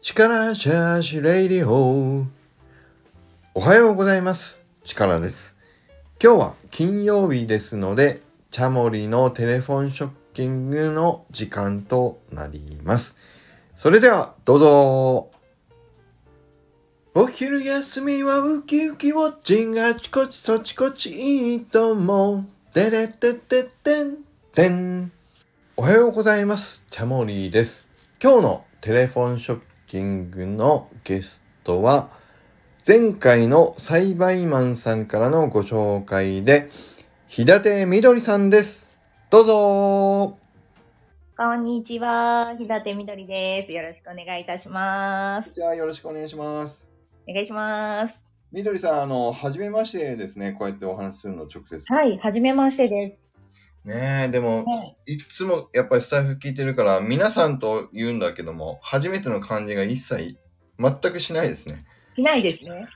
力シャーシレイリホー。おはようございます。力です。今日は金曜日ですので、チャモリのテレフォンショッキングの時間となります。それでは、どうぞお昼休みはウキウキウォッチングあちこちそちこちいいとも。でれてってってんてん。おはようございます。チャモリーです。今日のテレフォンショッキングのゲストは、前回の栽培マンさんからのご紹介で、日立みどりさんです。どうぞこんにちは、日立みどりです。よろしくお願いいたします。じゃあよろしくお願いします。お願いします。みどりさん、あの、はじめましてですね。こうやってお話しするの直接。はい、はじめましてです。ねえ、でも、いつもやっぱりスタッフ聞いてるから、皆さんと言うんだけども、初めての感じが一切全くしないですね。しないですね。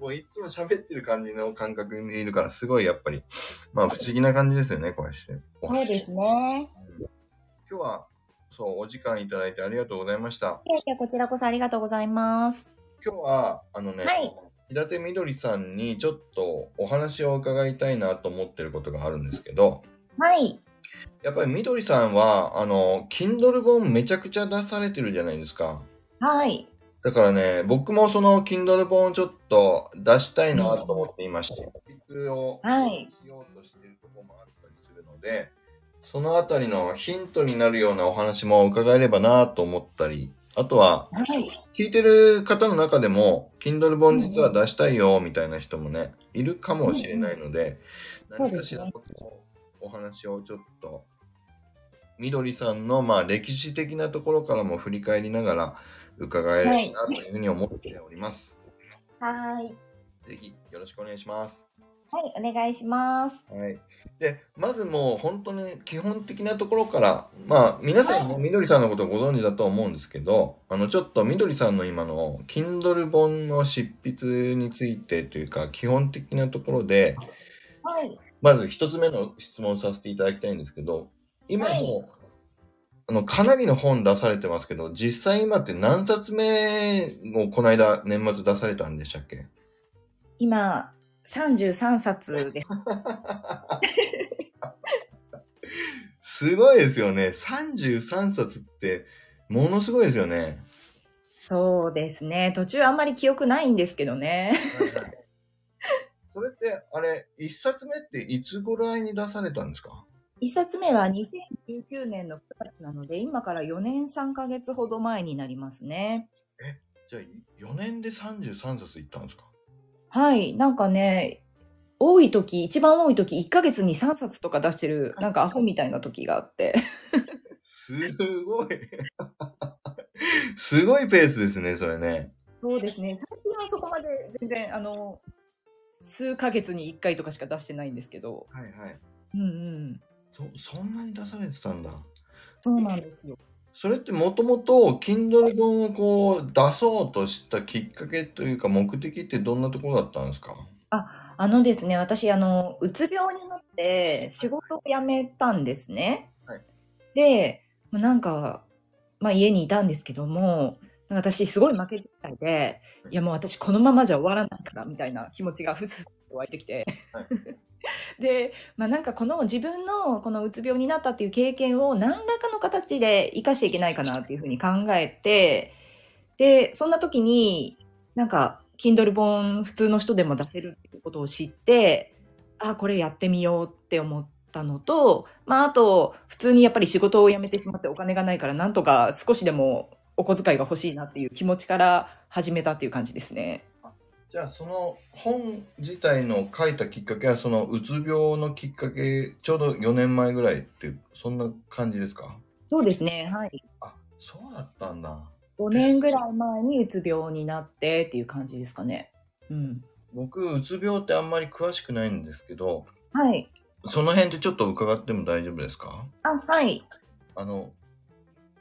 もういつも喋ってる感じの感覚でいるから、すごいやっぱり、まあ不思議な感じですよね、こうして。そうですね。今日は、そう、お時間いただいてありがとうございました。いやいや、こちらこそありがとうございます。今日は、あのね、はい日立みどりさんにちょっとお話を伺いたいなと思ってることがあるんですけど、はい。やっぱりみどりさんは、あの、Kindle 本めちゃくちゃ出されてるじゃないですか。はい。だからね、僕もその Kindle 本をちょっと出したいなと思っていまして、執筆をはいしようとしているところもあったりするので、そのあたりのヒントになるようなお話も伺えればなと思ったり、あとは、はい。聞いてる方の中でも、Kindle 本実は出したいよみたいな人もね、いるかもしれないので、うん何かしらのお話をちょっと、みどりさんのまあ歴史的なところからも振り返りながら伺えればなというふうに思っております。はい。ぜひよろしくお願いします。はい、お願いします。はい、でまずもう本当に基本的なところからまあ皆さんもみどりさんのことをご存知だと思うんですけどあのちょっとみどりさんの今の Kindle 本の執筆についてというか基本的なところではい。まず一つ目の質問させていただきたいんですけど今もう、あのかなりの本出されてますけど実際今って何冊目をこの間年末出されたんでしたっけ今、33冊です。すごいですよね33冊ってものすごいですよね。そうですね。途中あんまり記憶ないんですけどね。 それって、あれ、一冊目っていつぐらいに出されたんですか一冊目は2019年の9月なので、今から4年3ヶ月ほど前になりますね。じゃあ、4年で33冊いったんですかはい、なんかね、多い時、一番多い時、1ヶ月に3冊とか出してる、なんかアホみたいな時があって。すごい。 すごいペースですね、それね。そうですね、最近はそこまで全然、あの、数ヶ月に1回とかしか出してないんですけど。はいはい。うんうん。そ、そんなに出されてたんだ。そうなんですよ。それってもともと、Kindle 本をこう、出そうとしたきっかけというか、目的ってどんなところだったんですかあのですね、私、あの、うつ病になって仕事を辞めたんですね。はいで、まあなんか、まあ家にいたんですけども、なんか私すごい負けず嫌いで、いやもう私このままじゃ終わらないからみたいな気持ちがふつふつと湧いてきて。は で、まあなんかこの自分のこのうつ病になったっていう経験を何らかの形で生かしていけないかなっていうふうに考えて、で、そんな時に、なんか、Kindle 本普通の人でも出せるっていうことを知って、あ、これやってみようって思ったのと、まあ、あと、普通にやっぱり仕事を辞めてしまってお金がないから、なんとか少しでもお小遣いが欲しいなっていう気持ちから始めたっていう感じですね。じゃあその本自体の書いたきっかけはそのうつ病のきっかけちょうど4年前ぐらいってそんな感じですかそうですね。はい。あそうだったんだ5年ぐらい前にうつ病になってっていう感じですかね。うん。僕うつ病ってあんまり詳しくないんですけどはい。その辺ってちょっと伺っても大丈夫ですかあ、はい。あの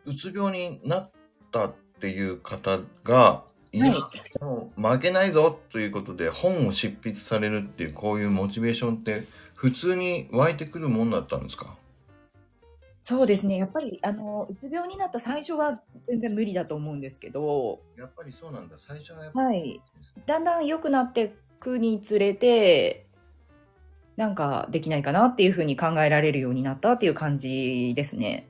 うつ病になったっていう方がいや、もう負けないぞということで本を執筆されるっていうこういうモチベーションって普通に湧いてくるもんだったんですかそうですね。やっぱり、あの、うつ病になった最初は全然無理だと思うんですけど、やっぱりそうなんだ。最初はやっぱはい。りですね。だんだん良くなってくにつれて、なんかできないかなっていうふうに考えられるようになったっていう感じですね。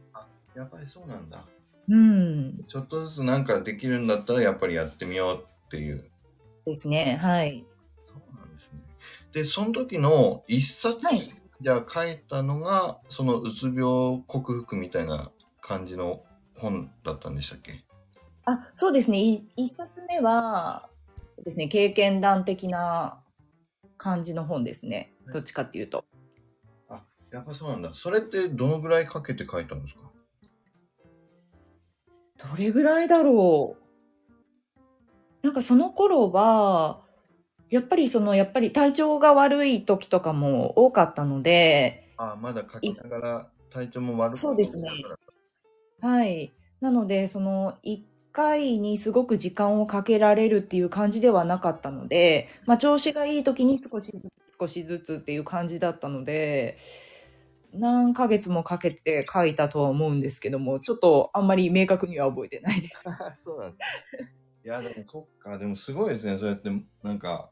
やっぱりそうなんだ。うん。ちょっとずつなんかできるんだったらやっぱりやってみようっていう。ですね。はい。そうなんですね。で、その時の一冊、はいじゃあ書いたのが、そのうつ病克服みたいな感じの本だったんでしたっけあ、そうですね。い一冊目は、そうですね、経験談的な感じの本ですね。はいどっちかっていうと。やっぱそうなんだ。それってどのぐらいかけて書いたんですかどれぐらいだろう。なんかその頃は、やっぱりその、やっぱり体調が悪い時とかも多かったので、ああ、まだ書きながら体調も悪くそうですねはい。なので、その、一回にすごく時間をかけられるっていう感じではなかったので、まあ、調子がいい時に少しずつ少しずつっていう感じだったので、何ヶ月もかけて書いたとは思うんですけども、ちょっとあんまり明確には覚えてないです。あ そうなんですね。いや、でも、そっか、でもすごいですね。そうやって、なんか、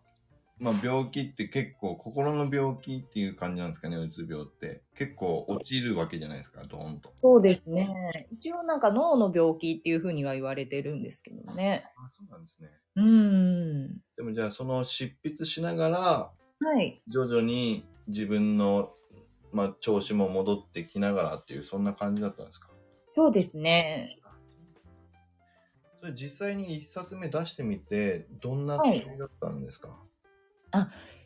まあ、病気って結構、心の病気っていう感じなんですかね、うつ病って。結構、落ちるわけじゃないですか、ドーンと。そうですね。一応なんか脳の病気っていうふうには言われてるんですけどね。あ、そうなんですね。うーん。でも、じゃあ、その執筆しながら、はい。徐々に自分の、まあ、調子も戻ってきながらっていう、そんな感じだったんですかそうですね。それ実際に一冊目出してみて、どんなは感いじだったんですか、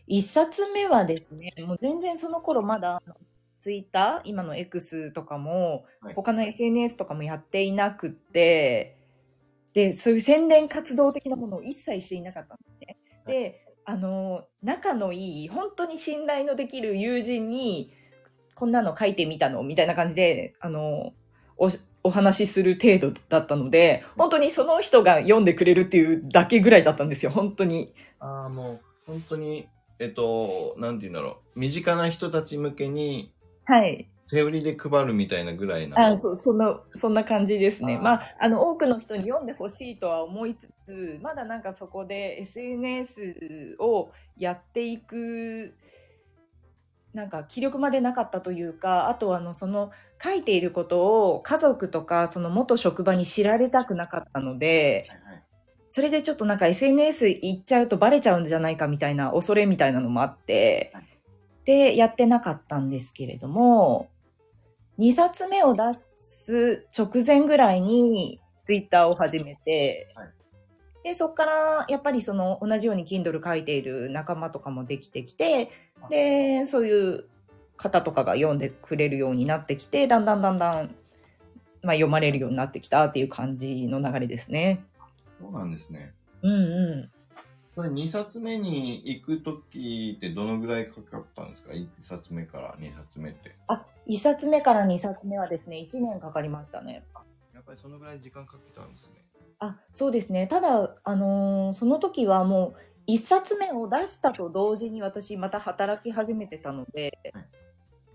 一冊目はですね、もう全然その頃まだツイッター、今の X とかも、はい他の SNS とかもやっていなくって、で、そういう宣伝活動的なものを一切していなかったんですね。はいで、あの、仲のいい、本当に信頼のできる友人に、こんなの書いてみたの、みたいな感じで、あの、おしお話しする程度だったので、本当にその人が読んでくれるっていうだけぐらいだったんですよ、本当に。ああ、もう本当に、えっと、なんて言うんだろう。身近な人たち向けにはい。手売りで配るみたいなぐらいな。あそうそんなそんな感じですね。あーまあ、あの多くの人に読んでほしいとは思いつつ、まだなんかそこで SNS をやっていく、なんか気力までなかったというか、あとはあのその書いていることを家族とかその元職場に知られたくなかったので、はいそれでちょっとなんか SNS 行っちゃうとバレちゃうんじゃないかみたいな恐れみたいなのもあってはい、で、やってなかったんですけれども、2冊目を出す直前ぐらいに Twitter を始めてはい、で、そっからやっぱりその同じように Kindle 書いている仲間とかもできてきて、で、そういう方とかが読んでくれるようになってきて、だんだんだんだん、まあ、読まれるようになってきたっていう感じの流れですね。そうなんですね。うんうん。これ2冊目に行くときってどのぐらいかかったんですか ?1 冊目から2冊目って。あ、1冊目から2冊目はですね、1年かかりましたね。やっぱりそのぐらい時間かけたんですね。あ、そうですね。ただ、あのーその時はもう、1冊目を出したと同時に私、また働き始めてたので、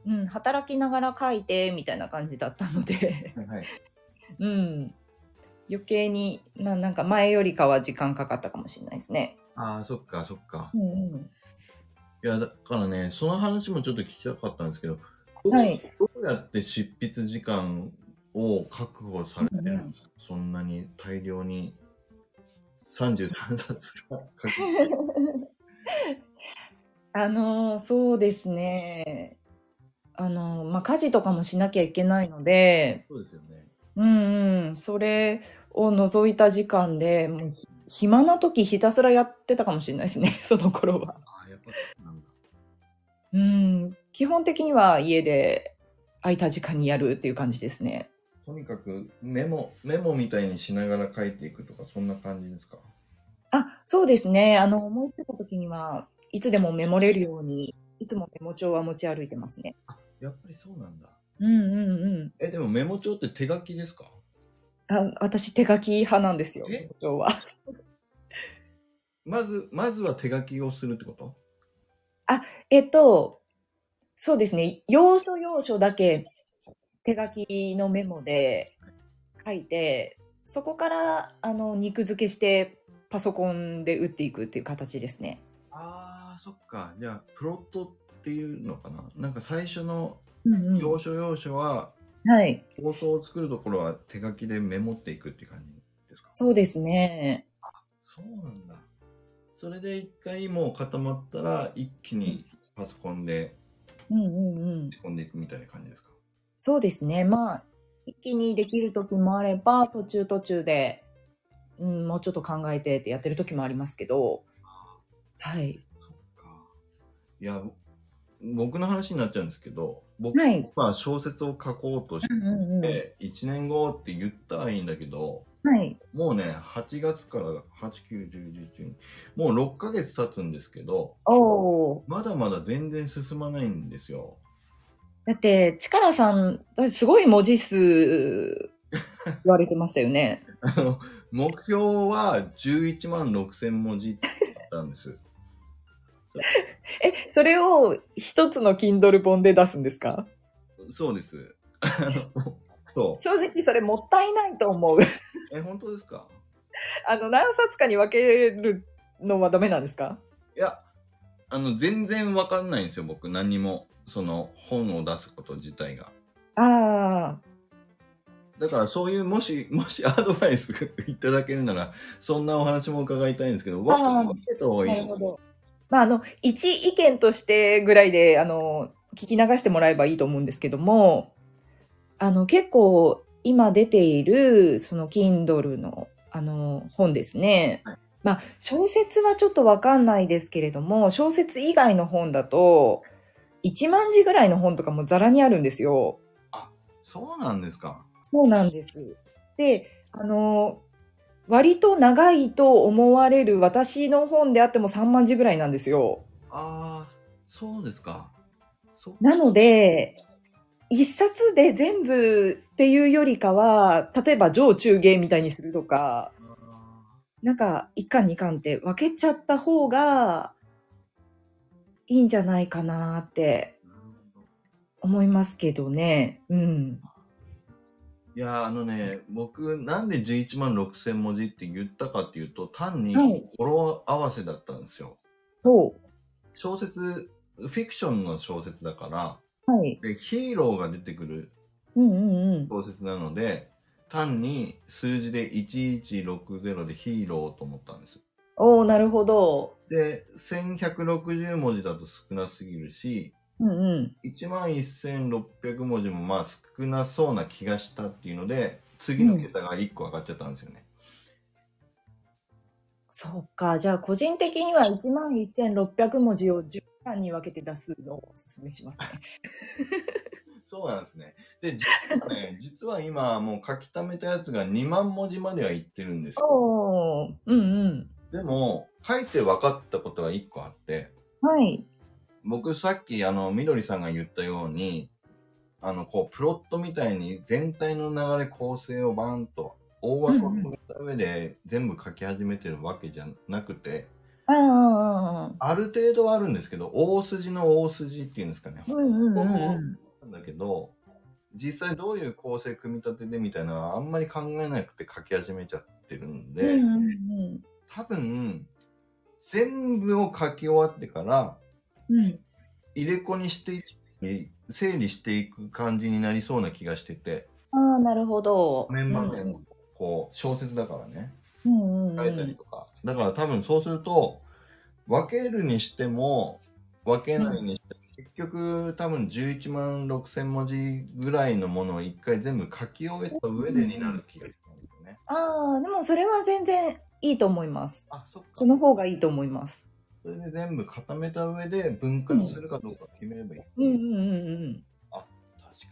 うん、働きながら書いて、みたいな感じだったので、 はい。うん。余計に、まあなんか前よりかは時間かかったかもしれないですね。ああ、そっか、そっか。うんうん。いや、だからね、その話もちょっと聞きたかったんですけど、どうはい。どうやって執筆時間を確保されてるんですかうんうんそんなに大量に33冊が書きあのーそうですね。あのーまあ家事とかもしなきゃいけないので、そうですよね。うんうん、それを除いた時間で、もうひ暇な時ひたすらやってたかもしれないですね、 その頃は。ああ、やっぱそうなんだ。うん、基本的には家で空いた時間にやるっていう感じですね。とにかくメモ、メモみたいにしながら書いていくとか、そんな感じですかあ、そうですね。あの、思いついた時には、いつでもメモれるように、いつもメモ帳は持ち歩いてますね。あ、やっぱりそうなんだ。うんうんうん。え、でもメモ帳って手書きですかあ、私手書き派なんですよ、えメモ帳は。まず、まずは手書きをするってことえっと、そうですね。要所要所だけ手書きのメモで書いて、そこからあの肉付けしてパソコンで打っていくっていう形ですね。あー、そっか。じゃあ、プロットっていうのかな。なんか最初のうん要所要所は、はい、構想を作るところは手書きでメモっていくって感じですかそうですね。そうなんだ。それで一回もう固まったら、一気にパソコンでうんうんうん打。ち込んでいくみたいな感じですかそうですね。まあ、一気にできる時もあれば、途中途中で、うん、もうちょっと考えてってやってる時もありますけど、はい。そっか。いや、僕の話になっちゃうんですけど、僕はい。は小説を書こうとしうんうんうん。て、1年後って言ったらいいんだけど、はい。もうね、8月から8、9、10、11、もう6ヶ月経つんですけど、おお。まだまだ全然進まないんですよ。だって、チカラさん、すごい文字数、言われてましたよね。 あの、目標は11万6000文字だったんです。え、それを一つの Kindle 本で出すんですかそうです。あのそ正直それもったいないと思う。う。え、本当ですかあの、何冊かに分けるのはダメなんですかいや、あの、全然わかんないんですよ、僕。何にも。その、本を出すこと自体が。ああ、だから、そういう、もし、もしアドバイスいただけるなら、そんなお話も伺いたいんですけど、わあーかけた方がないるいほ。ど。まあ、あの、一意見としてぐらいで、あの、聞き流してもらえばいいと思うんですけども、あの、結構、今出ている、その、Kindle の、あの、本ですね。まあ、小説はちょっとわかんないですけれども、小説以外の本だと、1万字ぐらいの本とかもざらにあるんですよ。そうなんですか。そうなんです。で、あの、割と長いと思われる私の本であっても3万字ぐらいなんですよ。ああ、そうですか。そっかなので、一冊で全部っていうよりかは、例えば上中下みたいにするとか、なんか一巻二巻って分けちゃった方がいいんじゃないかなってなるほど思いますけどね。うん。いやーあのね、僕、なんで11万6千文字って言ったかっていうと、単にはい語呂合わせだったんですよ。そ小説、フィクションの小説だから、う。はい。でヒーローが出てくるうんうんうん。小説なので、単に数字で1160でヒーローと思ったんです。おおなるほど。で、1160文字だと少なすぎるし、うんうん。 11600文字もまあ少なそうな気がしたっていうので、次の桁が1個上がっちゃったんですよね。そうか。じゃあ個人的には11,600文字を10巻に分けて出すのをお勧めしますね。そうなんですね。で、実はね、実は今、もう書き溜めたやつが2万文字まではいってるんですよ。おおうんうん。でも、書いて分かったことが1個あって、はい。僕さっき、あの、みどりさんが言ったように、あの、こう、プロットみたいに全体の流れ構成をバーンと大枠を決めた上で全部書き始めてるわけじゃなくて、ああ。ある程度はあるんですけど、大筋の大筋っていうんですかね。うんうんうんうん。なんだけど、実際どういう構成組み立てでみたいなのはあんまり考えなくて書き始めちゃってるんで、うんうんうん多分、全部を書き終わってから、うん、入れ子にしていき、整理していく感じになりそうな気がしてて、ああなるほど。面々でこう、小説だからね、うんうんうん書いたりとか。だから多分そうすると、分けるにしても、分けないにしても、結局多分11万6千文字ぐらいのものを一回全部書き終えた上でになる気がするんですよね。ああでもそれは全然いいと思います。あ、そっか。その方がいいと思います。それで全部固めた上で分割するかどうか決めればいい。うんうんうんうん。確かに。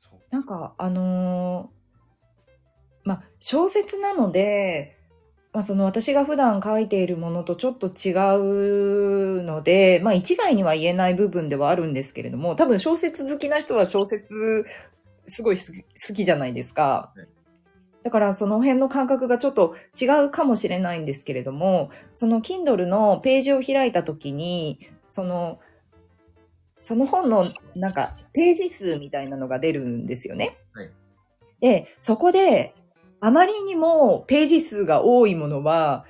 そう。なんかあのーまあ小説なので、まあ、その私が普段書いているものとちょっと違うので、まあ、一概には言えない部分ではあるんですけれども多分小説好きな人は小説すごい好き好きじゃないですかはい。だからその辺の感覚がちょっと違うかもしれないんですけれどもその Kindle のページを開いた時にそのその本のなんかページ数みたいなのが出るんですよね。はいで、そこであまりにもページ数が多いものは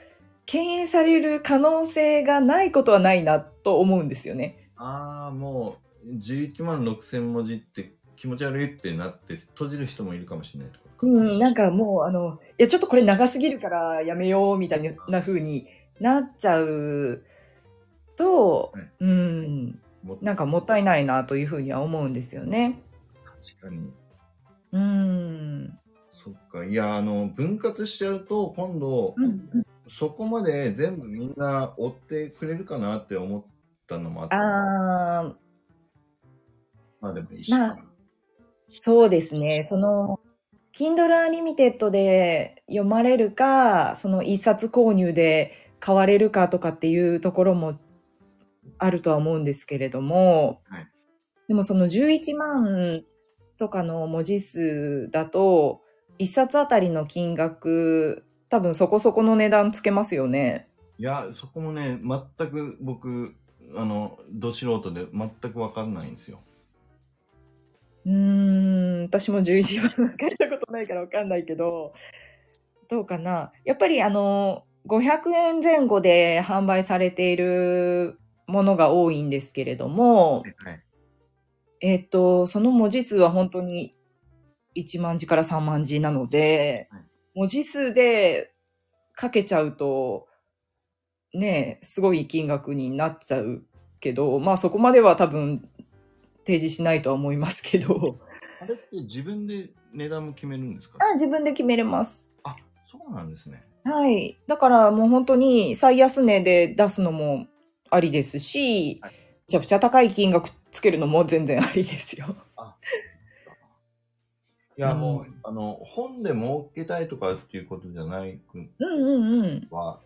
敬遠される可能性がないことはないなと思うんですよね。ああ、もう11万6000文字って気持ち悪いってなって閉じる人もいるかもしれないってことかうん、なんかもうあの、いやちょっとこれ長すぎるからやめようみたいな風になっちゃうと、はいうん、もなんかもったいないなというふうには思うんですよね。確かに。うん。そっか。いや、あの、分割しちゃうと、今度、うん、そこまで全部みんな追ってくれるかなって思ったのもあった。ああ、まあでもいいし。ままあそうですね。その、Kindle Unlimited で読まれるか、その一冊購入で買われるかとかっていうところもあるとは思うんですけれども、はいでもその11万とかの文字数だと、一冊あたりの金額、多分そこそこの値段つけますよね。いや、そこもね、全く僕、あの、ど素人で全くわかんないんですよ。うーん、私も11番分かったことないから分かんないけど、どうかな。やっぱりあの、500円前後で販売されているものが多いんですけれども、はい。えっと、その文字数は本当に1万字から3万字なのではい、文字数でかけちゃうと、ねえ、すごい金額になっちゃうけど、まあそこまでは多分提示しないとは思いますけど。あれって自分で値段も決めるんですかあ自分で決めれます。あ、そうなんですね。はい。だからもう本当に最安値で出すのもありですし、はめちゃくちゃ高い金額つけるのも全然ありですよ。いや、うんもう、あの、本で儲けたいとかっていうことじゃないくうんうんうん。は、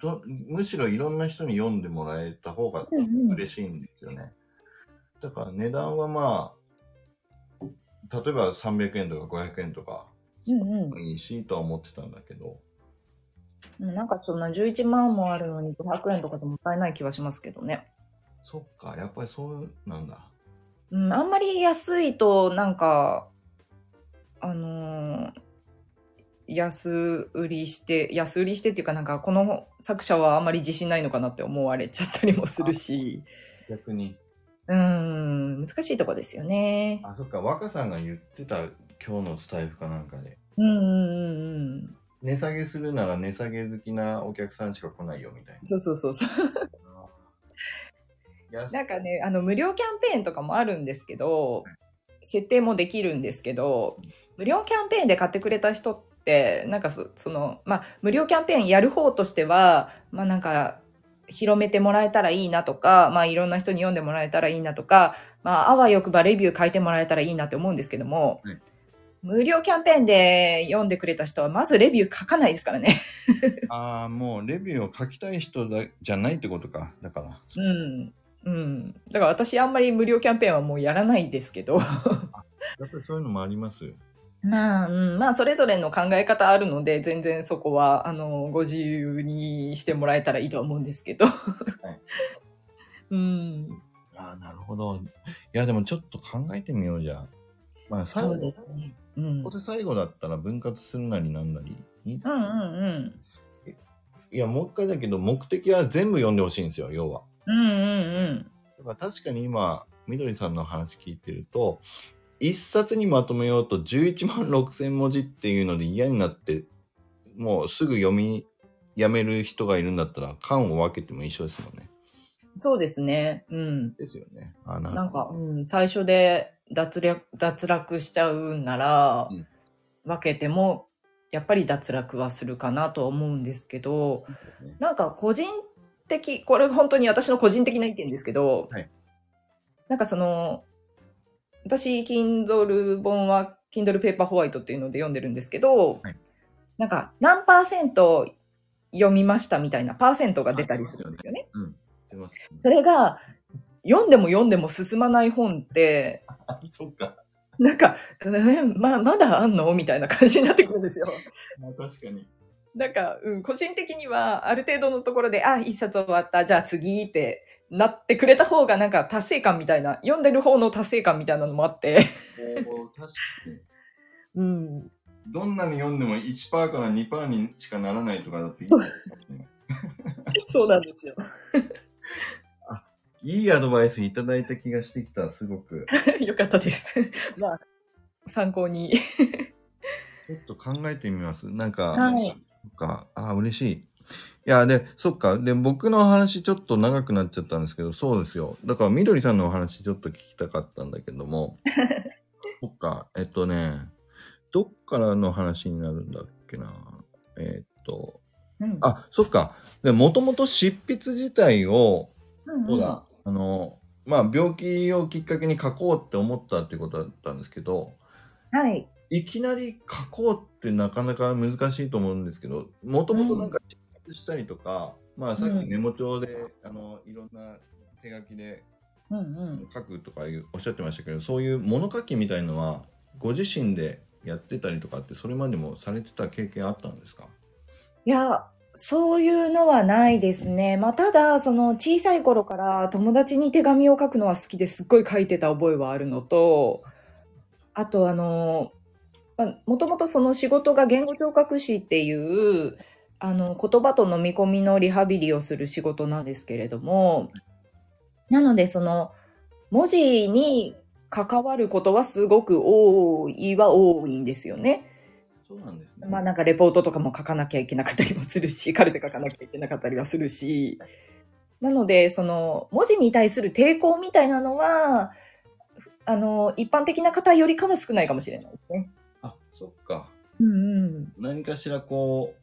どむしろいろんな人に読んでもらえた方がうんうん嬉しいんですよね。だから値段はまあ、例えば300円とか500円とかうんいいしとは思ってたんだけど、うん。なんかそんな11万もあるのに500円とかでもったいない気はしますけどね。そっか、やっぱりそうなんだ。うん、あんまり安いとなんか、あのー安売りして、安売りしてっていうかなんかこの作者はあんまり自信ないのかなって思われちゃったりもするし。逆に。うーん、難しいとこですよね。あ、そっか、若さんが言ってた今日のスタイフかなんかで、うんうんうんうん。値下げするなら値下げ好きなお客さんしか来ないよみたいそうそうそう そう。な。安なんかね、あの、無料キャンペーンとかもあるんですけど、設定もできるんですけど、無料キャンペーンで買ってくれた人って、なんかそその、まあ、無料キャンペーンやる方としては、まあなんか、広めてもらえたらいいなとか、まあいろんな人に読んでもらえたらいいなとか、まああわよくばレビュー書いてもらえたらいいなって思うんですけども、はい無料キャンペーンで読んでくれた人はまずレビュー書かないですからね。ああ、もうレビューを書きたい人だじゃないってことか。だから。うん。うん。だから私あんまり無料キャンペーンはもうやらないですけど。やっぱりそういうのもありますよ。 まあ、うん、まあそれぞれの考え方あるので、全然そこは、あの、ご自由にしてもらえたらいいとは思うんですけど。い うん。ああ、なるほど。いや、でもちょっと考えてみようじゃあ。まあ、最後、こすね。うん。うんこで最後だったら分割するなりなんなりいい。うんうん。いや、もう一回だけど、目的は全部読んでほしいんですよ、要は。うんうんだから確かに今、みどりさんの話聞いてると、一冊にまとめようと11万6千文字っていうので嫌になって、もうすぐ読みやめる人がいるんだったら、缶を分けても一緒ですもんね。うん。そうですね。うん。ですよね。あななんか、うん、最初で脱落脱落しちゃうんなら、うん分けてもやっぱり脱落はするかなとは思うんですけど、ねなんか個人的これ本当に私の個人的な意見ですけど、はいなんかその私 Kindle 本は Kindle ペーパーホワイトっていうので読んでるんですけど、はいなんか何パーセント読みましたみたいなパーセントが出たりするんですよね。出ますそれが読んでも読んでも進まない本ってあそっか。なんか、えま、まだあんのみたいな感じになってくるんですよ。 まあ、確かに。なんか、うん、個人的には、ある程度のところで、あ、一冊終わった、じゃあ次ってなってくれた方がなんか達成感みたいな、読んでる方の達成感みたいなのもあって、おー確かに。うん。どんなに読んでも1%から2%にしかならないとかだっていい。 そうなんですよ。 いいアドバイスいただいた気がしてきた、すごく。よかったです。まあ、参考に。ちょっと考えてみます。なんか、はいそっか、あー、嬉しい。いや、で、そっか、で、僕の話ちょっと長くなっちゃったんですけど、そうですよ。だから、みどりさんのお話ちょっと聞きたかったんだけど も、そっか、えっとね、どっからの話になるんだっけな。えっと、うんあ、そっか、で、もともと執筆自体を、うんそうだ、あの、まあ、病気をきっかけに書こうって思ったってことだったんですけど、はい。いきなり書こうってなかなか難しいと思うんですけどもともとなんか執筆したりとか、まあさっきメモ帳で、あのいろんな手書きでうんうん。書くとかいうおっしゃってましたけどそういう物書きみたいのはご自身でやってたりとかってそれまでもされてた経験あったんですかいや、そういうのはないですね。まあ、ただ、その小さい頃から友達に手紙を書くのは好きですっごい書いてた覚えはあるのと、あとあの、まあ、もともとその仕事が言語聴覚士っていう、あの、言葉と飲み込みのリハビリをする仕事なんですけれども、なのでその、文字に関わることはすごく多いは多いんですよね。そうなんですね、まあなんかレポートとかも書かなきゃいけなかったりもするし、カルテ書かなきゃいけなかったりはするし、なので、その文字に対する抵抗みたいなのは、あの、一般的な方よりかは少ないかもしれないですね。あそっかうんうん。何かしらこ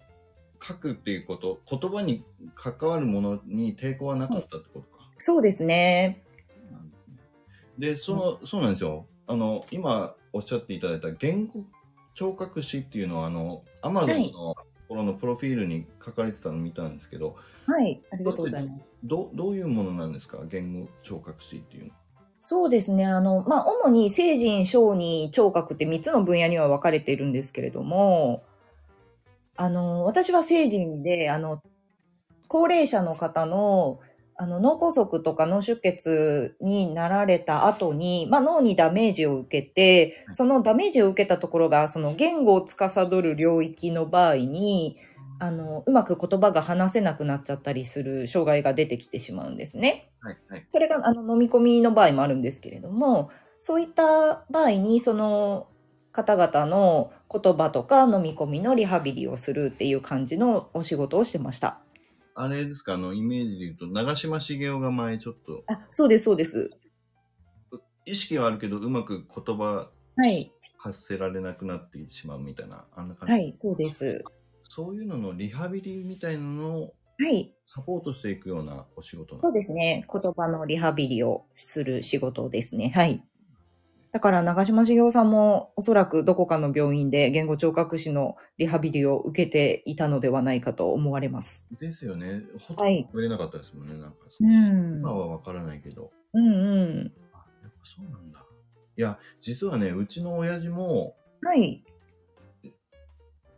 う書くっていうこと言葉に関わるものに抵抗はなかったってことか、そうですね。なんですね。で、その、そうなんですよ。あの、今おっしゃっていただいた言語聴覚士っていうのは、あの、アマゾはンいのところのプロフィールに書かれてたの見たんですけど、はい。ありがとうございます。どうどういうものなんですか言語聴覚士っていうのは。そうですね。あの、まあ、主に成人、小児、聴覚って3つの分野には分かれているんですけれども、あの、私は成人で、あの、高齢者の方の、あの、脳梗塞とか脳出血になられた後に、まあ、脳にダメージを受けて、そのダメージを受けたところが、その言語を司る領域の場合に、あの、うまく言葉が話せなくなっちゃったりする障害が出てきてしまうんですね。はい、はい。それがあの飲み込みの場合もあるんですけれども、そういった場合にその方々の言葉とか飲み込みのリハビリをするっていう感じのお仕事をしてました。あれですか、あの、イメージで言うと、長嶋茂雄が前ちょっと、あ、そうです、そうです。意識はあるけど、うまく言葉はい。発せられなくなってしまうみたいな、あんな感じ。はい、そうです。そういうののリハビリみたいなのをはい。サポートしていくようなお仕事なんですねそうですね。言葉のリハビリをする仕事ですね。はい。だから長嶋茂雄さんもおそらくどこかの病院で言語聴覚士のリハビリを受けていたのではないかと思われます。ですよね。ほとはんいど売れなかったですもんね。なんかそうのん今はわからないけど。うんうあ、ん。やっぱそうなんだ。いや、実はね、うちの親父もはい。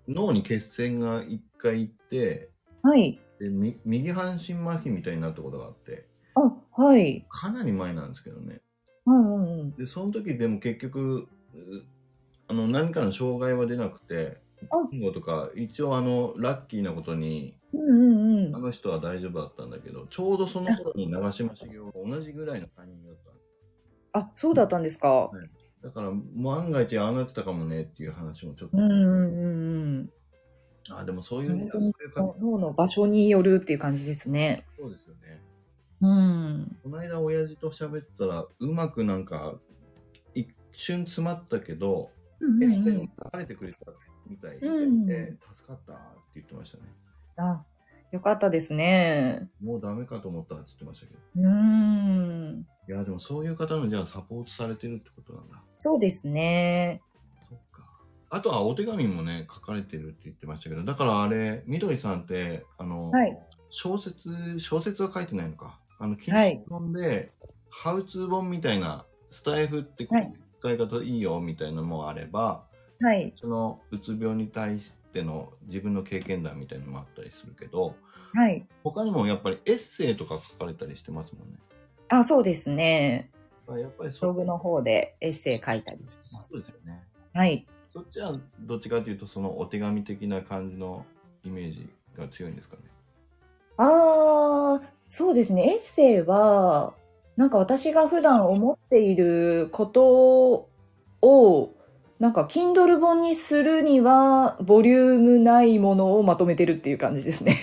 脳に血栓が一回いって、はい。でみ右半身麻痺みたいになったことがあって、あ、はい。かなり前なんですけどね。うんうんうん。で、その時でも結局、うあの、何かの障害は出なくて、あ言語とか、一応あの、ラッキーなことに、うんうんあうん。の人は大丈夫だったんだけど、ちょうどその頃に長嶋茂雄が同じぐらいのタイミングだったんですあ、そうだったんですか。だから、万が一ああなってたかもねっていう話もちょっと。うんうんうんうん。あ、でもそういうね、そう本当いにう感じ。脳の場所によるっていう感じですね。そうですよね。うん。この間、親父と喋ったら、うまくなんか、一瞬詰まったけど、うんう決んう戦んに疲れてくれたみたいで、うん助かったって言ってましたね。あ、よかったですね。もうダメかと思ったって言ってましたけど。うん。いや、でもそういう方の、じゃあサポートされてるってことなんだ。そうですね。そっか。あとはお手紙もね、書かれてるって言ってましたけど、だからあれ、みどりさんって、あの、はい小説、小説は書いてないのか。あの、金はい本で、ハウツー本みたいな、スタイフってこうはい使い方いいよみたいなのもあれば、はい。その、うつ病に対しっての自分の経験談みたいなのもあったりするけどはい。他にもやっぱりエッセイとか書かれたりしてますもんね。あ、そうですね。まあやっぱりそブログの方でエッセイ書いたりしてます。そうですよね。はい。そっちはどっちかというとそのお手紙的な感じのイメージが強いんですかね。ああ、そうですね。エッセイは、なんか私が普段思っていることを、なんか Kindle 本にするには、ボリュームないものをまとめてるっていう感じですね。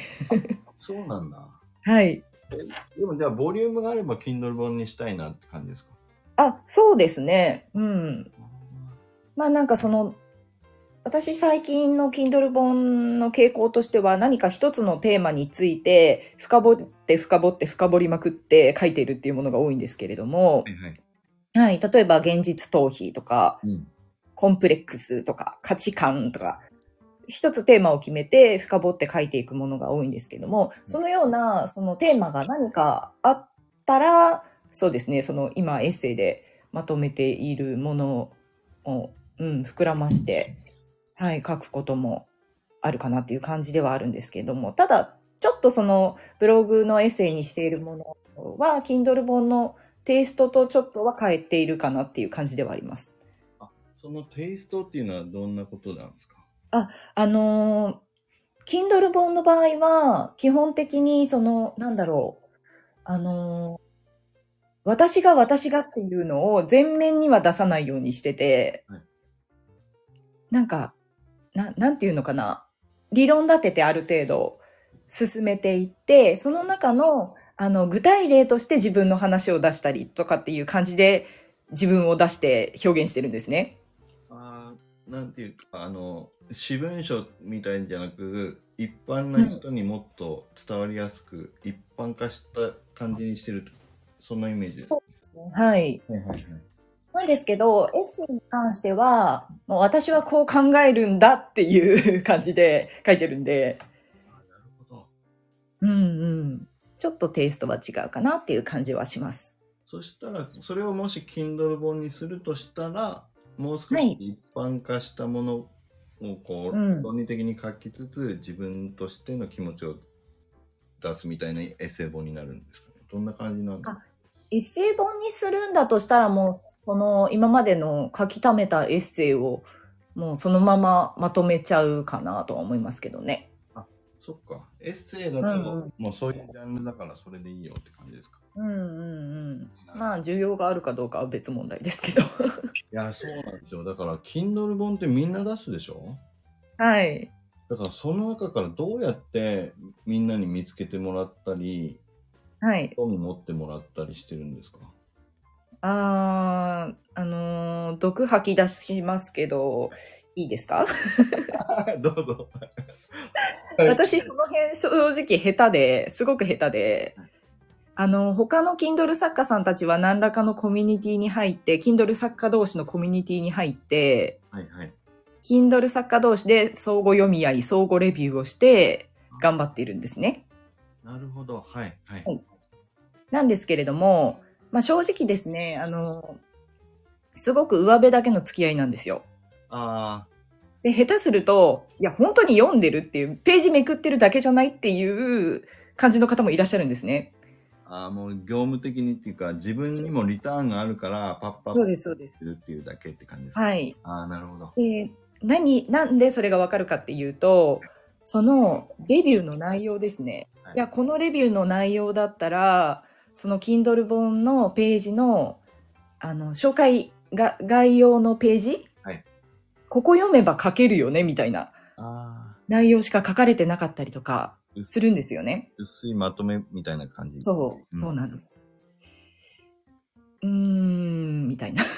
そうなんだ。はい。でもじゃあボリュームがあれば Kindle 本にしたいなって感じですか。あ、そうですね。うん。まあなんかその私最近の Kindle 本の傾向としては何か一つのテーマについて深掘って深掘って深掘りまくって書いているっていうものが多いんですけれども、いはい。はい、例えば現実逃避とかうん。コンプレックスとか価値観とか一つテーマを決めて深掘って書いていくものが多いんですけどもそのようなそのテーマが何かあったらそうですねその今エッセイでまとめているものを、うん、膨らまして、はい、書くこともあるかなっていう感じではあるんですけどもただちょっとそのブログのエッセイにしているものは Kindle 本のテイストとちょっとは変えているかなっていう感じではあります。そのテイストっていうのはどんなことなんですかあのー、Kindle 本の場合は、基本的に、その、なんだろう、あのー、私が私がっていうのを全面には出さないようにしてて、はいなんか、な、なんていうのかな、理論立ててある程度進めていって、その中の、あの、具体例として自分の話を出したりとかっていう感じで、自分を出して表現してるんですね。あーなんていうかあの私文書みたいんじゃなく一般な人にもっと伝わりやすく、一般化した感じにしてるとそんなイメージです。そうですね。はい。はいはいはいなんですけど、エッセイに関しては、もう私はこう考えるんだっていう 感じで書いてるんで、なるほど。うんうん。ちょっとテイストは違うかなっていう感じはします。そしたらそれをもし Kindle 本にするとしたらもう少はしい一般化したものをこう、うん論理的に書きつつ自分としての気持ちを出すみたいなエッセイ本になるんですかね。どんな感じなんですかエッセイ本にするんだとしたらもう、その今までの書き溜めたエッセイを、もうそのまままとめちゃうかなとは思いますけどね。そっか。エッセイだと、うんうんもうそういうジャンルだからそれでいいよって感じですか。うんうんうん。まあ、需要があるかどうかは別問題ですけど。 いや、そうなんですよ。だから、Kindle 本ってみんな出すでしょはい。だから、その中からどうやってみんなに見つけてもらったり、はい。興味持ってもらったりしてるんですか あー、あのー毒吐き出しますけど、いいですか どうぞ。私、その辺正直下手で、すごく下手で、あの、他の Kindle 作家さんたちは何らかのコミュニティに入って、Kindle 作家同士のコミュニティに入って、はいはい。 Kindle 作家同士で相互読み合い、相互レビューをしてあ、頑張っているんですね。なるほど。はいはい。はいなんですけれども、まあ正直ですね、あの、すごく上辺だけの付き合いなんですよ。あで、下手すると、いや、本当に読んでるっていう、ページめくってるだけじゃないっていう感じの方もいらっしゃるんですね。ーあー、もう業務的にっていうか、自分にもリターンがあるから、パッパッそうですそうですするっていうだけって感じですか。はい。ああ、なるほど。で、何、なんでそれがわかるかっていうと、そのレビューの内容ですね。はいいや、このレビューの内容だったら、その Kindle 本のページの、あの、紹介が、概要のページ、はいここ読めば書けるよね、みたいなああ、内容しか書かれてなかったりとか薄するんですよね。薄いまとめみたいな感じ。そうう、んそうなんです。うーん、みたいな。 な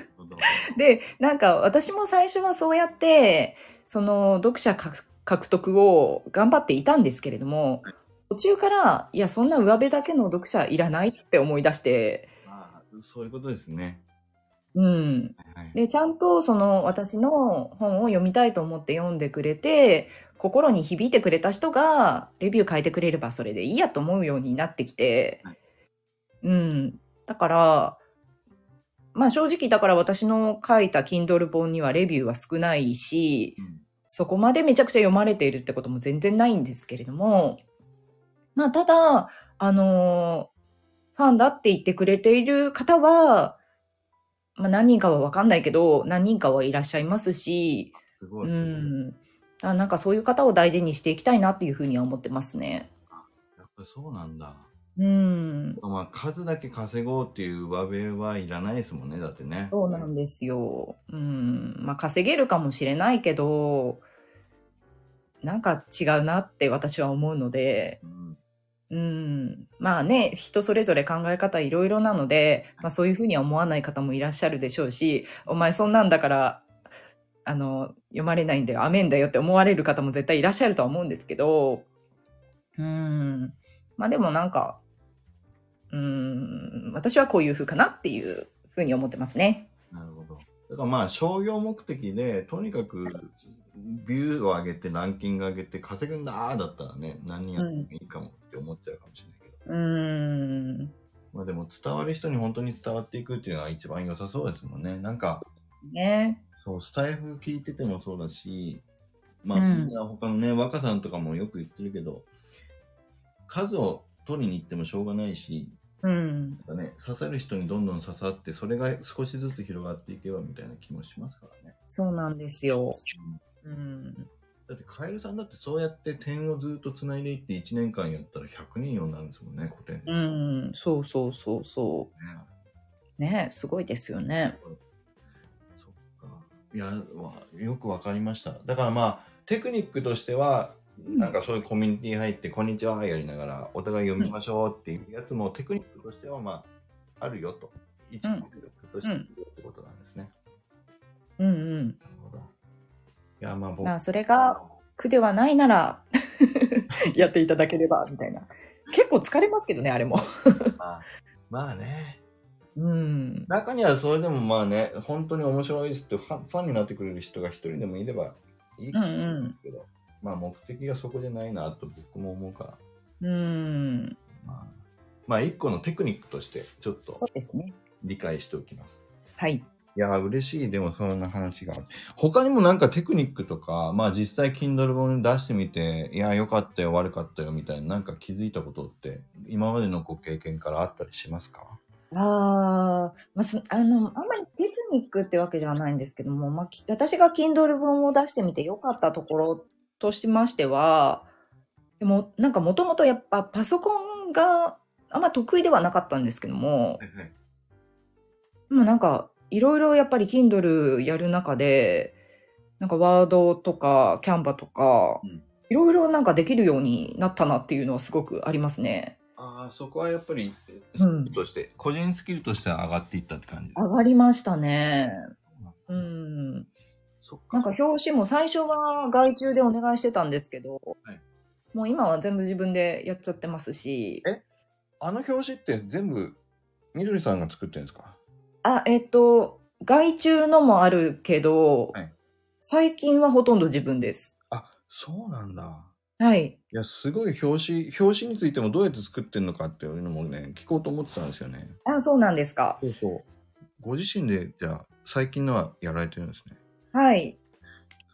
るほどで、なんか私も最初はそうやって、その読者獲獲得を頑張っていたんですけれども、途中から、いや、そんな上辺だけの読者いらないって思い出して、あーそういうことですね。うん。はいはい、で、ちゃんとその私の本を読みたいと思って読んでくれて、心に響いてくれた人がレビュー書いてくれればそれでいいやと思うようになってきてはい、うん。だから、まあ正直だから私の書いた Kindle 本にはレビューは少ないし、うんそこまでめちゃくちゃ読まれているってことも全然ないんですけれども、まあ、ただ、あのーファンだって言ってくれている方は、まあ、何人かはわかんないけど、何人かはいらっしゃいますし、すごうい。ん。あなんかそういう方を大事にしていきたいなっていうふうには思ってますね。やっぱそうなんだ。うん。まあ、数だけ稼ごうっていう上辺はいらないですもんね、だってね。そうなんですよ。うん。まあ、稼げるかもしれないけど、なんか違うなって私は思うので、うんうん。まあね、人それぞれ考え方いろいろなので、まあそういうふうには思わない方もいらっしゃるでしょうし、お前そんなんだから、あの、読まれないんだよ、アメんだよって思われる方も絶対いらっしゃるとは思うんですけど、うん。まあでもなんか、うん、私はこういう風かなっていうふうに思ってますね。なるほど。だからまあ、商業目的で、とにかく、ビューを上げて、ランキング上げて、稼ぐんだーだったらね、何やってもいいかもって思っちゃうかもしれないけど。うーん。まあでも、伝わる人に本当に伝わっていくっていうのは一番良さそうですもんね。なんか、ね。そう、スタイフ聞いててもそうだし、まあ、うんみんな他のね、若さんとかもよく言ってるけど、数を取りに行ってもしょうがないし、うん。なんかね、刺さる人にどんどん刺さって、それが少しずつ広がっていけばみたいな気もしますからね。そうなんですよ。うん。だって、カエルさんだってそうやって点をずっと繋いでいって1年間やったら100人ようになるんですもんね、古典。うねん。そうそうそうそう。ね、すごいですよね。そっか。いや、わよくわかりました。だからまあ、テクニックとしては、うんなんかそういうコミュニティ入って、こんにちはやりながら、お互い読みましょうっていうやつも、テクニックとしては、まあ、あるよと。一テクニックとしてあるよってことなんですね。うんうん。なるほど。いや、まあ僕まあ、それが苦ではないな ら、やっていただければ、みたいな。結構疲れますけどね、あれも。まあ、まあね。うん。中にはそれでもまあね、本当に面白いですってファン、ファンになってくれる人が一人でもいればいいうんうんけど、まあ目的がそこじゃないなと僕も思うから。うん。まあ、まあ一個のテクニックとしてちょっとそうですね。理解しておきます。はい。いやー、嬉しい。でもそんな話がある。他にもなんかテクニックとか、まあ実際 Kindle 本出してみて、いやー、良かったよ、悪かったよ、みたいな、なんか気づいたことって、今までのご経験からあったりしますかああ、まあ、すあの、あんまりテクニックってわけじゃないんですけども、まあ、き私が Kindle 本を出してみて良かったところとしましては、でも、なんかもともとやっぱパソコンがあんま得意ではなかったんですけども、でもなんかいろいろやっぱり Kindle やる中で、なんかワードとかキャンバとかうん、いろいろなんかできるようになったなっていうのはすごくありますね。ああ、そこはやっぱり、スキルとして、個人スキルとして上がっていったって感じ上がりましたね。うん。そっなんか表紙も最初は外注でお願いしてたんですけど、はいもう今は全部自分でやっちゃってますしえ、あの表紙って全部、みどりさんが作ってるんですかあ、えっと、外注のもあるけど、はい最近はほとんど自分です。あ、そうなんだ。はい。いや、すごい表紙、表紙についてもどうやって作ってるのかっていうのもね、聞こうと思ってたんですよね。あ、そうなんですか。そうそう。ご自身で、じゃあ、最近のはやられてるんですね。はい。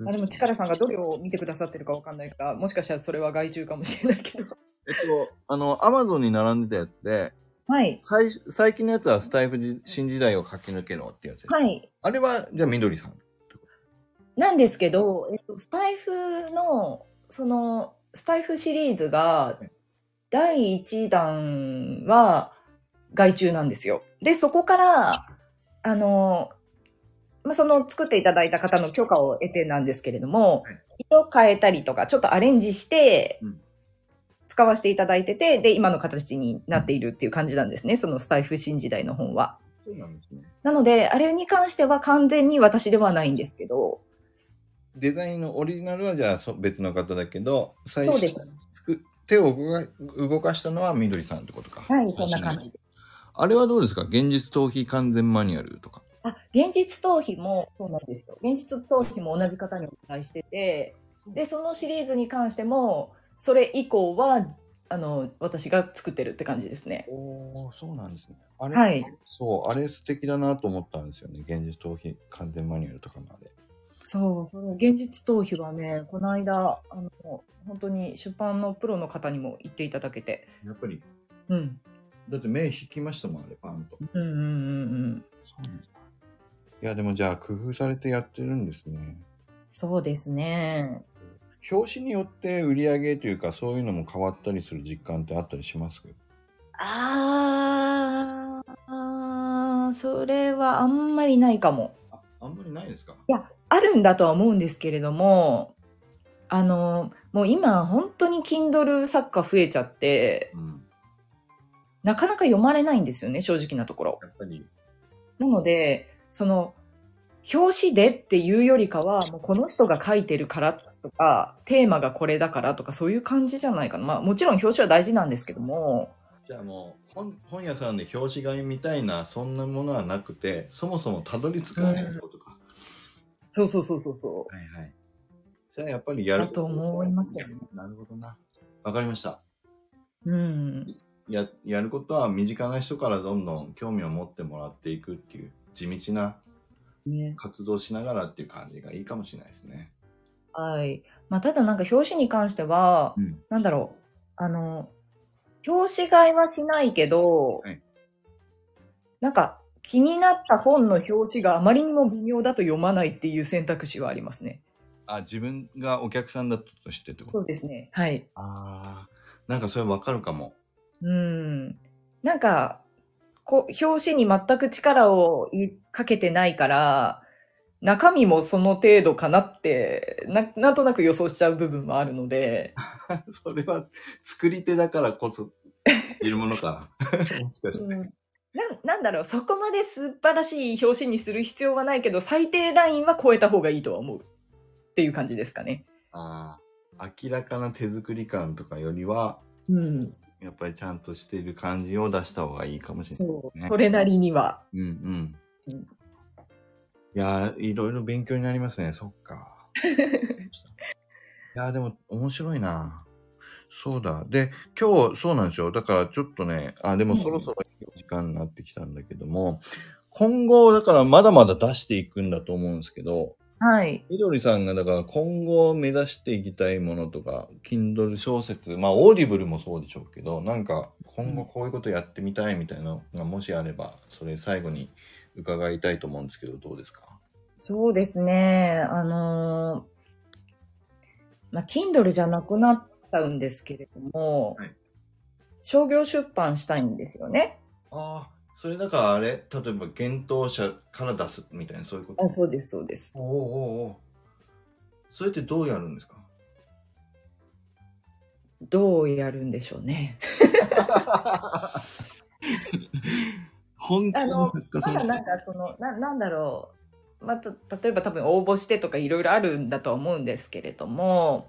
あでも、チカラさんがどれを見てくださってるかわかんないから、もしかしたらそれは外注かもしれないけど。えっと、あの、アマゾンに並んでたやつで、はい。最最近のやつはスタイフじ新時代を駆け抜けろってやつです。はい。あれは、じゃあ、みどりさん。なんですけど、えっと、スタイフの、その、スタイフシリーズが、第1弾は、外注なんですよ。で、そこから、あの、まあ、その作っていただいた方の許可を得てなんですけれども、はい色変えたりとか、ちょっとアレンジしてうん、使わせていただいてて、で、今の形になっているっていう感じなんですね、そのスタイフ新時代の本は。そうなんですね。なので、あれに関しては完全に私ではないんですけど、デザインのオリジナルは、じゃあ、そ別の方だけど、最そう初です。作手を動か動かしたのはみどりさんってことか。はい、そんな感じ。です。あれはどうですか現実逃避完全マニュアルとか。あ、現実逃避もそうなんですよ。現実逃避も同じ方にお願いしてて、で、そのシリーズに関しても、それ以降は、あの、私が作ってるって感じですね。おお、そうなんですね。あれ、はい。そう、あれ素敵だなと思ったんですよね。現実逃避完全マニュアルとかのあれ。そう、その現実逃避はね、この間、あの、本当に出版のプロの方にも言っていただけて、やっぱり、うん、だって目引きましたもん、あれ、パンと。うんうんうんうん。いや、でもじゃあ、工夫されてやってるんですね。そうですね。表紙によって売り上げというか、そういうのも変わったりする実感ってあったりしますあーあー、それはあんまりないかも。あ、あんまりないですかいや、あるんだとは思うんですけれども、あの、もう今、本当に Kindle 作家増えちゃって、うん。なかなか読まれないんですよね、正直なところ。やっぱり、なので、その、表紙でっていうよりかは、もうこの人が書いてるからとか、テーマがこれだからとか、そういう感じじゃないかな。まあ、もちろん表紙は大事なんですけども、じゃあもう本、本屋さんで表紙買いみたいな、そんなものはなくて、そもそもたどり着かないことか。そうそうそうそうそはいはい。それはやっぱりやるだと思いますけどねなるほどな。わかりました。う。うん。や、やることは身近な人からどんどん興味を持ってもらっていくっていう、地道なね。活動しながらっていう感じがいいかもしれないですね。はい。まあ、ただなんか表紙に関しては、うんなんだろう。あの、表紙買いはしないけど、はいなんか気になった本の表紙があまりにも微妙だと読まないっていう選択肢はありますね。あ、自分がお客さんだったとしてってことそうですね。はい。ああ、なんかそれわかるかも。うん。なんか、こう、表紙に全く力をかけてないから、中身もその程度かなって、ななんとなく予想しちゃう部分はあるので、 それは作り手だからこそいるものか な。もしかして。うんなんなんだろう、そこまで素晴らしい表紙にする必要はないけど、最低ラインは超えた方がいいとは思う。っていう感じですかね。ああ、明らかな手作り感とかよりは、うん。やっぱりちゃんとしている感じを出した方がいいかもしれない。そう。ねそれなりには。うんうん。うんいやー、いろいろ勉強になりますね。そっ か。いやー、でも面白いな。そうだ。で、今日、そうなんですよ。だからちょっとね、あ、でもうんそろそろ時間になってきたんだけども、今後、だからまだまだ出していくんだと思うんですけど、はい。みどりさんがだから今後目指していきたいものとか、Kindle 小説、まあオーディブルもそうでしょうけど、なんか今後こういうことやってみたいみたいなのがもしあれば、それ最後に伺いたいと思うんですけど、どうですかそうですね。あのーまあ、Kindle じゃなくなっちゃうんですけれども、はい商業出版したいんですよね。ああ、それだからあれ、例えば検討者から出すみたいな、そういうことあそうです、そうです。おおおうおうそれってどうやるんですかどうやるんでしょうね。本当の作家まだなんかそのななんだろう、まあ、と例えば多分応募してとかいろいろあるんだとは思うんですけれども、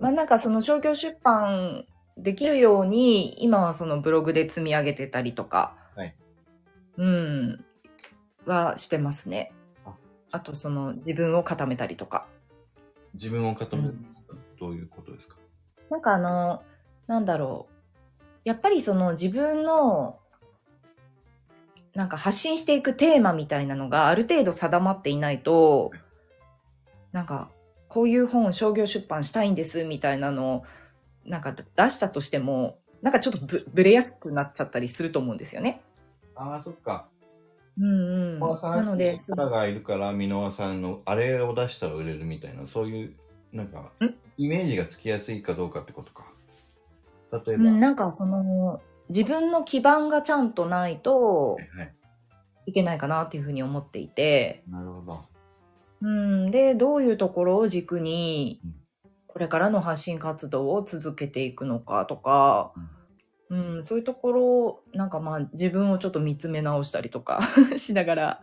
まあ、なんかその商業出版できるように今はそのブログで積み上げてたりとか、はいうんはしてますねあ。あとその自分を固めたりとか。自分を固める、どういうことですかなんかあの、なんだろう。やっぱりその自分の、なんか発信していくテーマみたいなのがある程度定まっていないと、なんか、こういう本商業出版したいんですみたいなのを、なんか出したとしても、なんかちょっとぶぶれやすくなっちゃったりすると思うんですよね。ああ、そっか。うんうん。小川さんなので、キャラがいるから箕輪さんのあれを出したら売れるみたいなそういうなんかんイメージがつきやすいかどうかってことか例えうば、ん、はなんかその、自分の基盤がちゃんとないといはいいけないかなっていうふうに思っていて、なるほどうん、で、どういうところを軸にうん、これからの発信活動を続けていくのかとか、うん、そういうところを、なんかまあ自分をちょっと見つめ直したりとか しながら、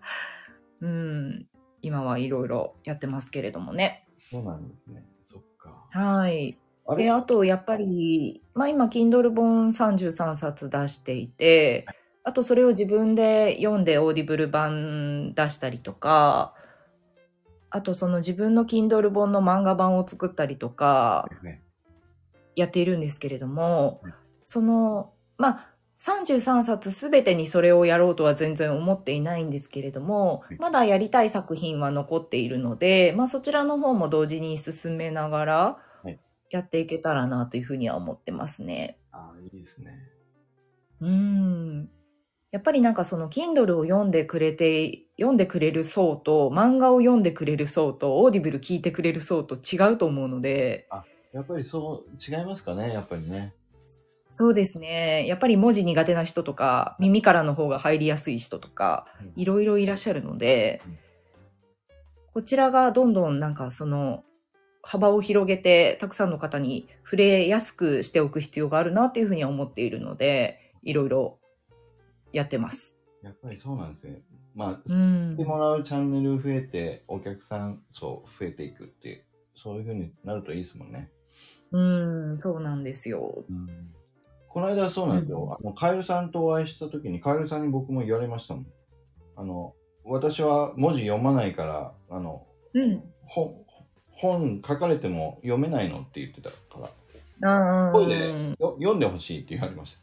うん、今はいろいろやってますけれどもね。そうなんですねそっかはい。あれで、あとやっぱり、まあ今、Kindle 本33冊出していて、あとそれを自分で読んでオーディブル版出したりとか、あとその自分の Kindle 本の漫画版を作ったりとかねやっているんですけれどもはい、その、まあ、 33冊すべてにそれをやろうとは全然思っていないんですけれどもはい、まだやりたい作品は残っているので、まあそちらの方も同時に進めながらはい、やっていけたらなというふうには思ってますね。ああ、いいですね。うん。やっぱりなんかその Kindle を読んでくれて、読んでくれる層と、漫画を読んでくれる層と、Audible 聞いてくれる層と違うと思うので、やっぱりそう、違いますかね、やっぱりね。そうですね。やっぱり文字苦手な人とか、耳からの方が入りやすい人とか、いろいろいらっしゃるのでうん、こちらがどんどんなんかその幅を広げて、たくさんの方に触れやすくしておく必要があるなっていうふうには思っているので、いろいろやってます。やっぱりそうなんですね。まあ、う知んって。もらうチャンネル増えて、お客さん層増えていくっていう、そういうふうになるといいですもんね。うん、そうなんですよ。うん、この間そうなんですよ。あのカエルさんとお会いした時に、カエルさんに僕も言われましたもん。あの、私は文字読まないから、あの、うん。本、本書かれても読めないのって言ってたから、あ声でよ読んでほしいって言われました。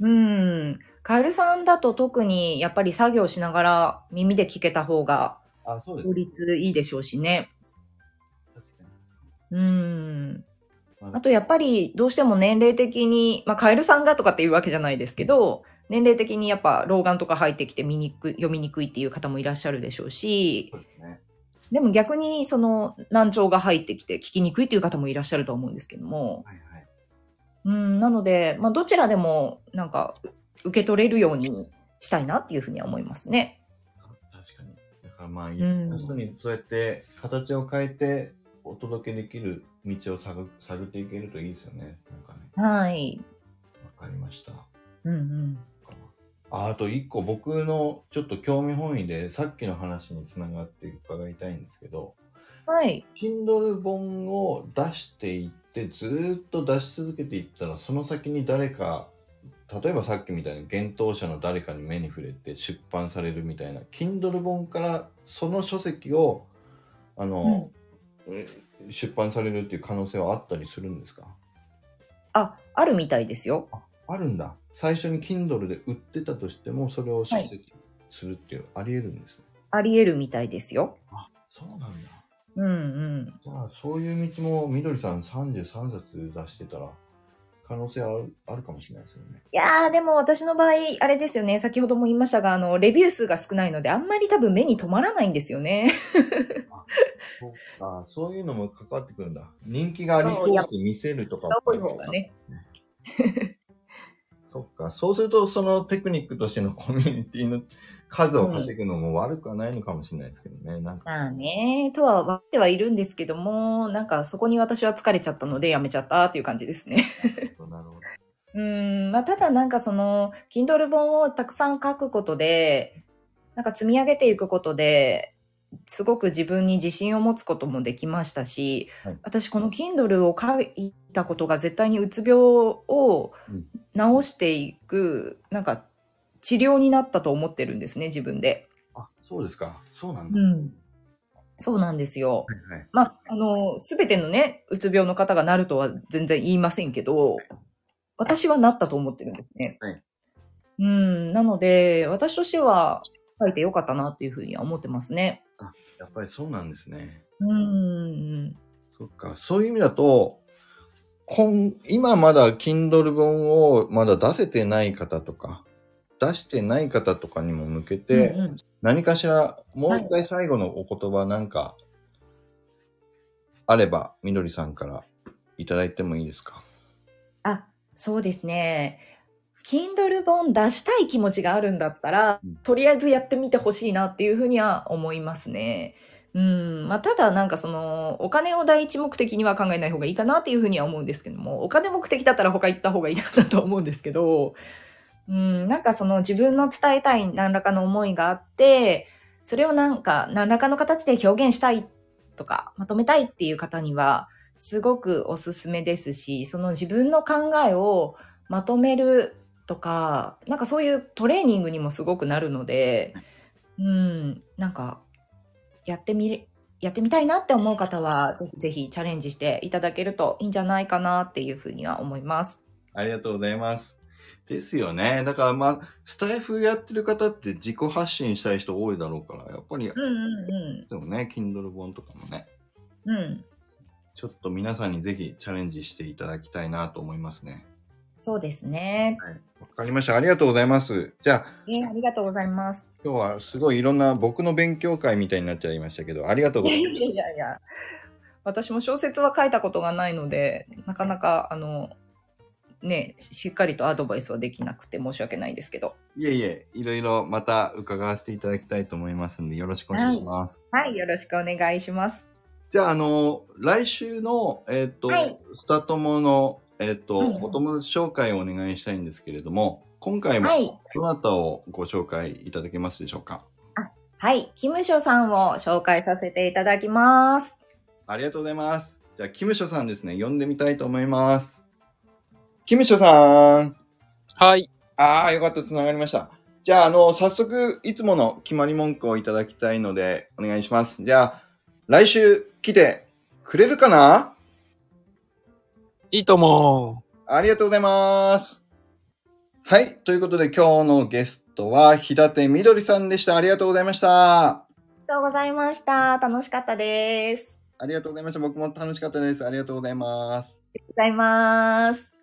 うん。カエルさんだと特にやっぱり作業しながら耳で聞けた方があ、そうです効。率いいでしょうしね。確かにうん。まあとやっぱりどうしても年齢的に、まあカエルさんがとかっていうわけじゃないですけど、年齢的にやっぱ老眼とか入ってきて見にくい読みにくいっていう方もいらっしゃるでしょうしそ、うですね。でも逆にその難聴が入ってきて聞きにくいっていう方もいらっしゃると思うんですけども、はいはい。うん、なので、まあ、どちらでも、なんか、う受け取れるようにしたいなっていうふうには思いますね。確かに。だからまあ、いんろんな人にそうやって形を変えてお届けできる道を探探っていけるといいですよね。なんかね。はい。わかりました。うんうん。ああと一個僕のちょっと興味本位でさっきの話につながって伺いたいんですけど、はい。 Kindle 本を出していってずーっと出し続けていったらその先に誰か例えばさっきみたいに幻冬者の誰かに目に触れて出版されるみたいな Kindle 本からその書籍をあの、え出版されるっていう可能性はあったりするんですかあ、あるみたいですよ。あるんだ最初に Kindle で売ってたとしてもそれを書籍するっていう、ありえるんですねあり得るみたいですよ。あそうなんだうんうん。じゃあ、そういう道も、みどりさん33冊出してたら、可能性あるあるかもしれないですよね。いやー、でも私の場合、あれですよね。先ほども言いましたが、あの、レビュー数が少ないので、あんまり多分目に留まらないんですよね。そうあそういうのも関わってくるんだ。人気がありそうって見せるとかそうやっぱそうですよね。そっか。そうすると、そのテクニックとしてのコミュニティの数を稼ぐのも悪くはないのかもしれないですけどね。なん か、 まあね、とは分かってはいるんですけども、なんかそこに私は疲れちゃったので、やめちゃったっていう感じですね。なるほど。うーん、まあ、ただなんかその、Kindle 本をたくさん書くことで、なんか積み上げていくことで、すごく自分に自信を持つこともできましたし、はい私この Kindle を書いたことが絶対にうつ病をうん治していく、なんか治療になったと思ってるんですね、自分で。あ、そうですか。そうなんだ。うん。そうなんですよ。はいはい。まあ、あの、すべてのね、うつ病の方がなるとは全然言いませんけど、私はなったと思ってるんですね。はいうん、なので、私としては書いてよかったなっていうふうには思ってますね。やっぱりそうなんですね。うん。そっか、そういう意味だと、今今まだ Kindle 本をまだ出せてない方とか、出してない方とかにも向けて、うんうん何かしら、もう一回最後のお言葉なんか、あれば、みどりさんからいただいてもいいですかあ、そうですね。Kindle 本出したい気持ちがあるんだったらうん、とりあえずやってみてほしいなっていうふうには思いますね。うん。まあ、ただなんかその、お金を第一目的には考えない方がいいかなっていうふうには思うんですけども、お金目的だったら他行った方がいいなと思うんですけど、うん、なんかその自分の伝えたい何らかの思いがあって、それをなんか何らかの形で表現したいとか、まとめたいっていう方には、すごくおすすめですし、その自分の考えをまとめるとか、なんかそういうトレーニングにもすごくなるので、うん、なんかやってみる、やってみたいなって思う方は、ぜひぜひチャレンジしていただけるといいんじゃないかなっていうふうには思います。ありがとうございます。ですよね。だからまあ、スタイフやってる方って自己発信したい人多いだろうから、やっぱり、うんうんでもね、Kindle 本とかもね、うん。うん。ちょっと皆さんにぜひチャレンジしていただきたいなと思いますね。そうですね。はい。わかりました。ありがとうございます。じゃあ、えーありがとうございます。今日はすごいいろんな僕の勉強会みたいになっちゃいましたけど、ありがとうござい いまやいやいや。私も小説は書いたことがないので、なかなか、あの、ね、しっかりとアドバイスはできなくて申し訳ないですけど。 す。いえいえ、いろいろまた伺わせていただきたいと思いますんで、よろしくお願いします。はい、よろしくお願いします。じゃあ、あの、来週の、えっ、と、はいスタトモの、えっ、と、うんうんお友達紹介をお願いしたいんですけれども、今回も、はい。どなたをご紹介いただけますでしょうか。はい、キムショさんを紹介させていただきます。ありがとうございます。じゃあ、キムショさんですね、呼んでみたいと思います。キムショさん。はい。ああ、よかった、つながりました。じゃあ、あの、早速、いつもの決まり文句をいただきたいので、お願いします。じゃあ、来週来てくれるかないいとも。ありがとうございます。はい。ということで今日のゲストは、日立みどりさんでした。ありがとうございました。ありがとうございました。楽しかったです。ありがとうございました。僕も楽しかったです。ありがとうございます。ありがとうございます。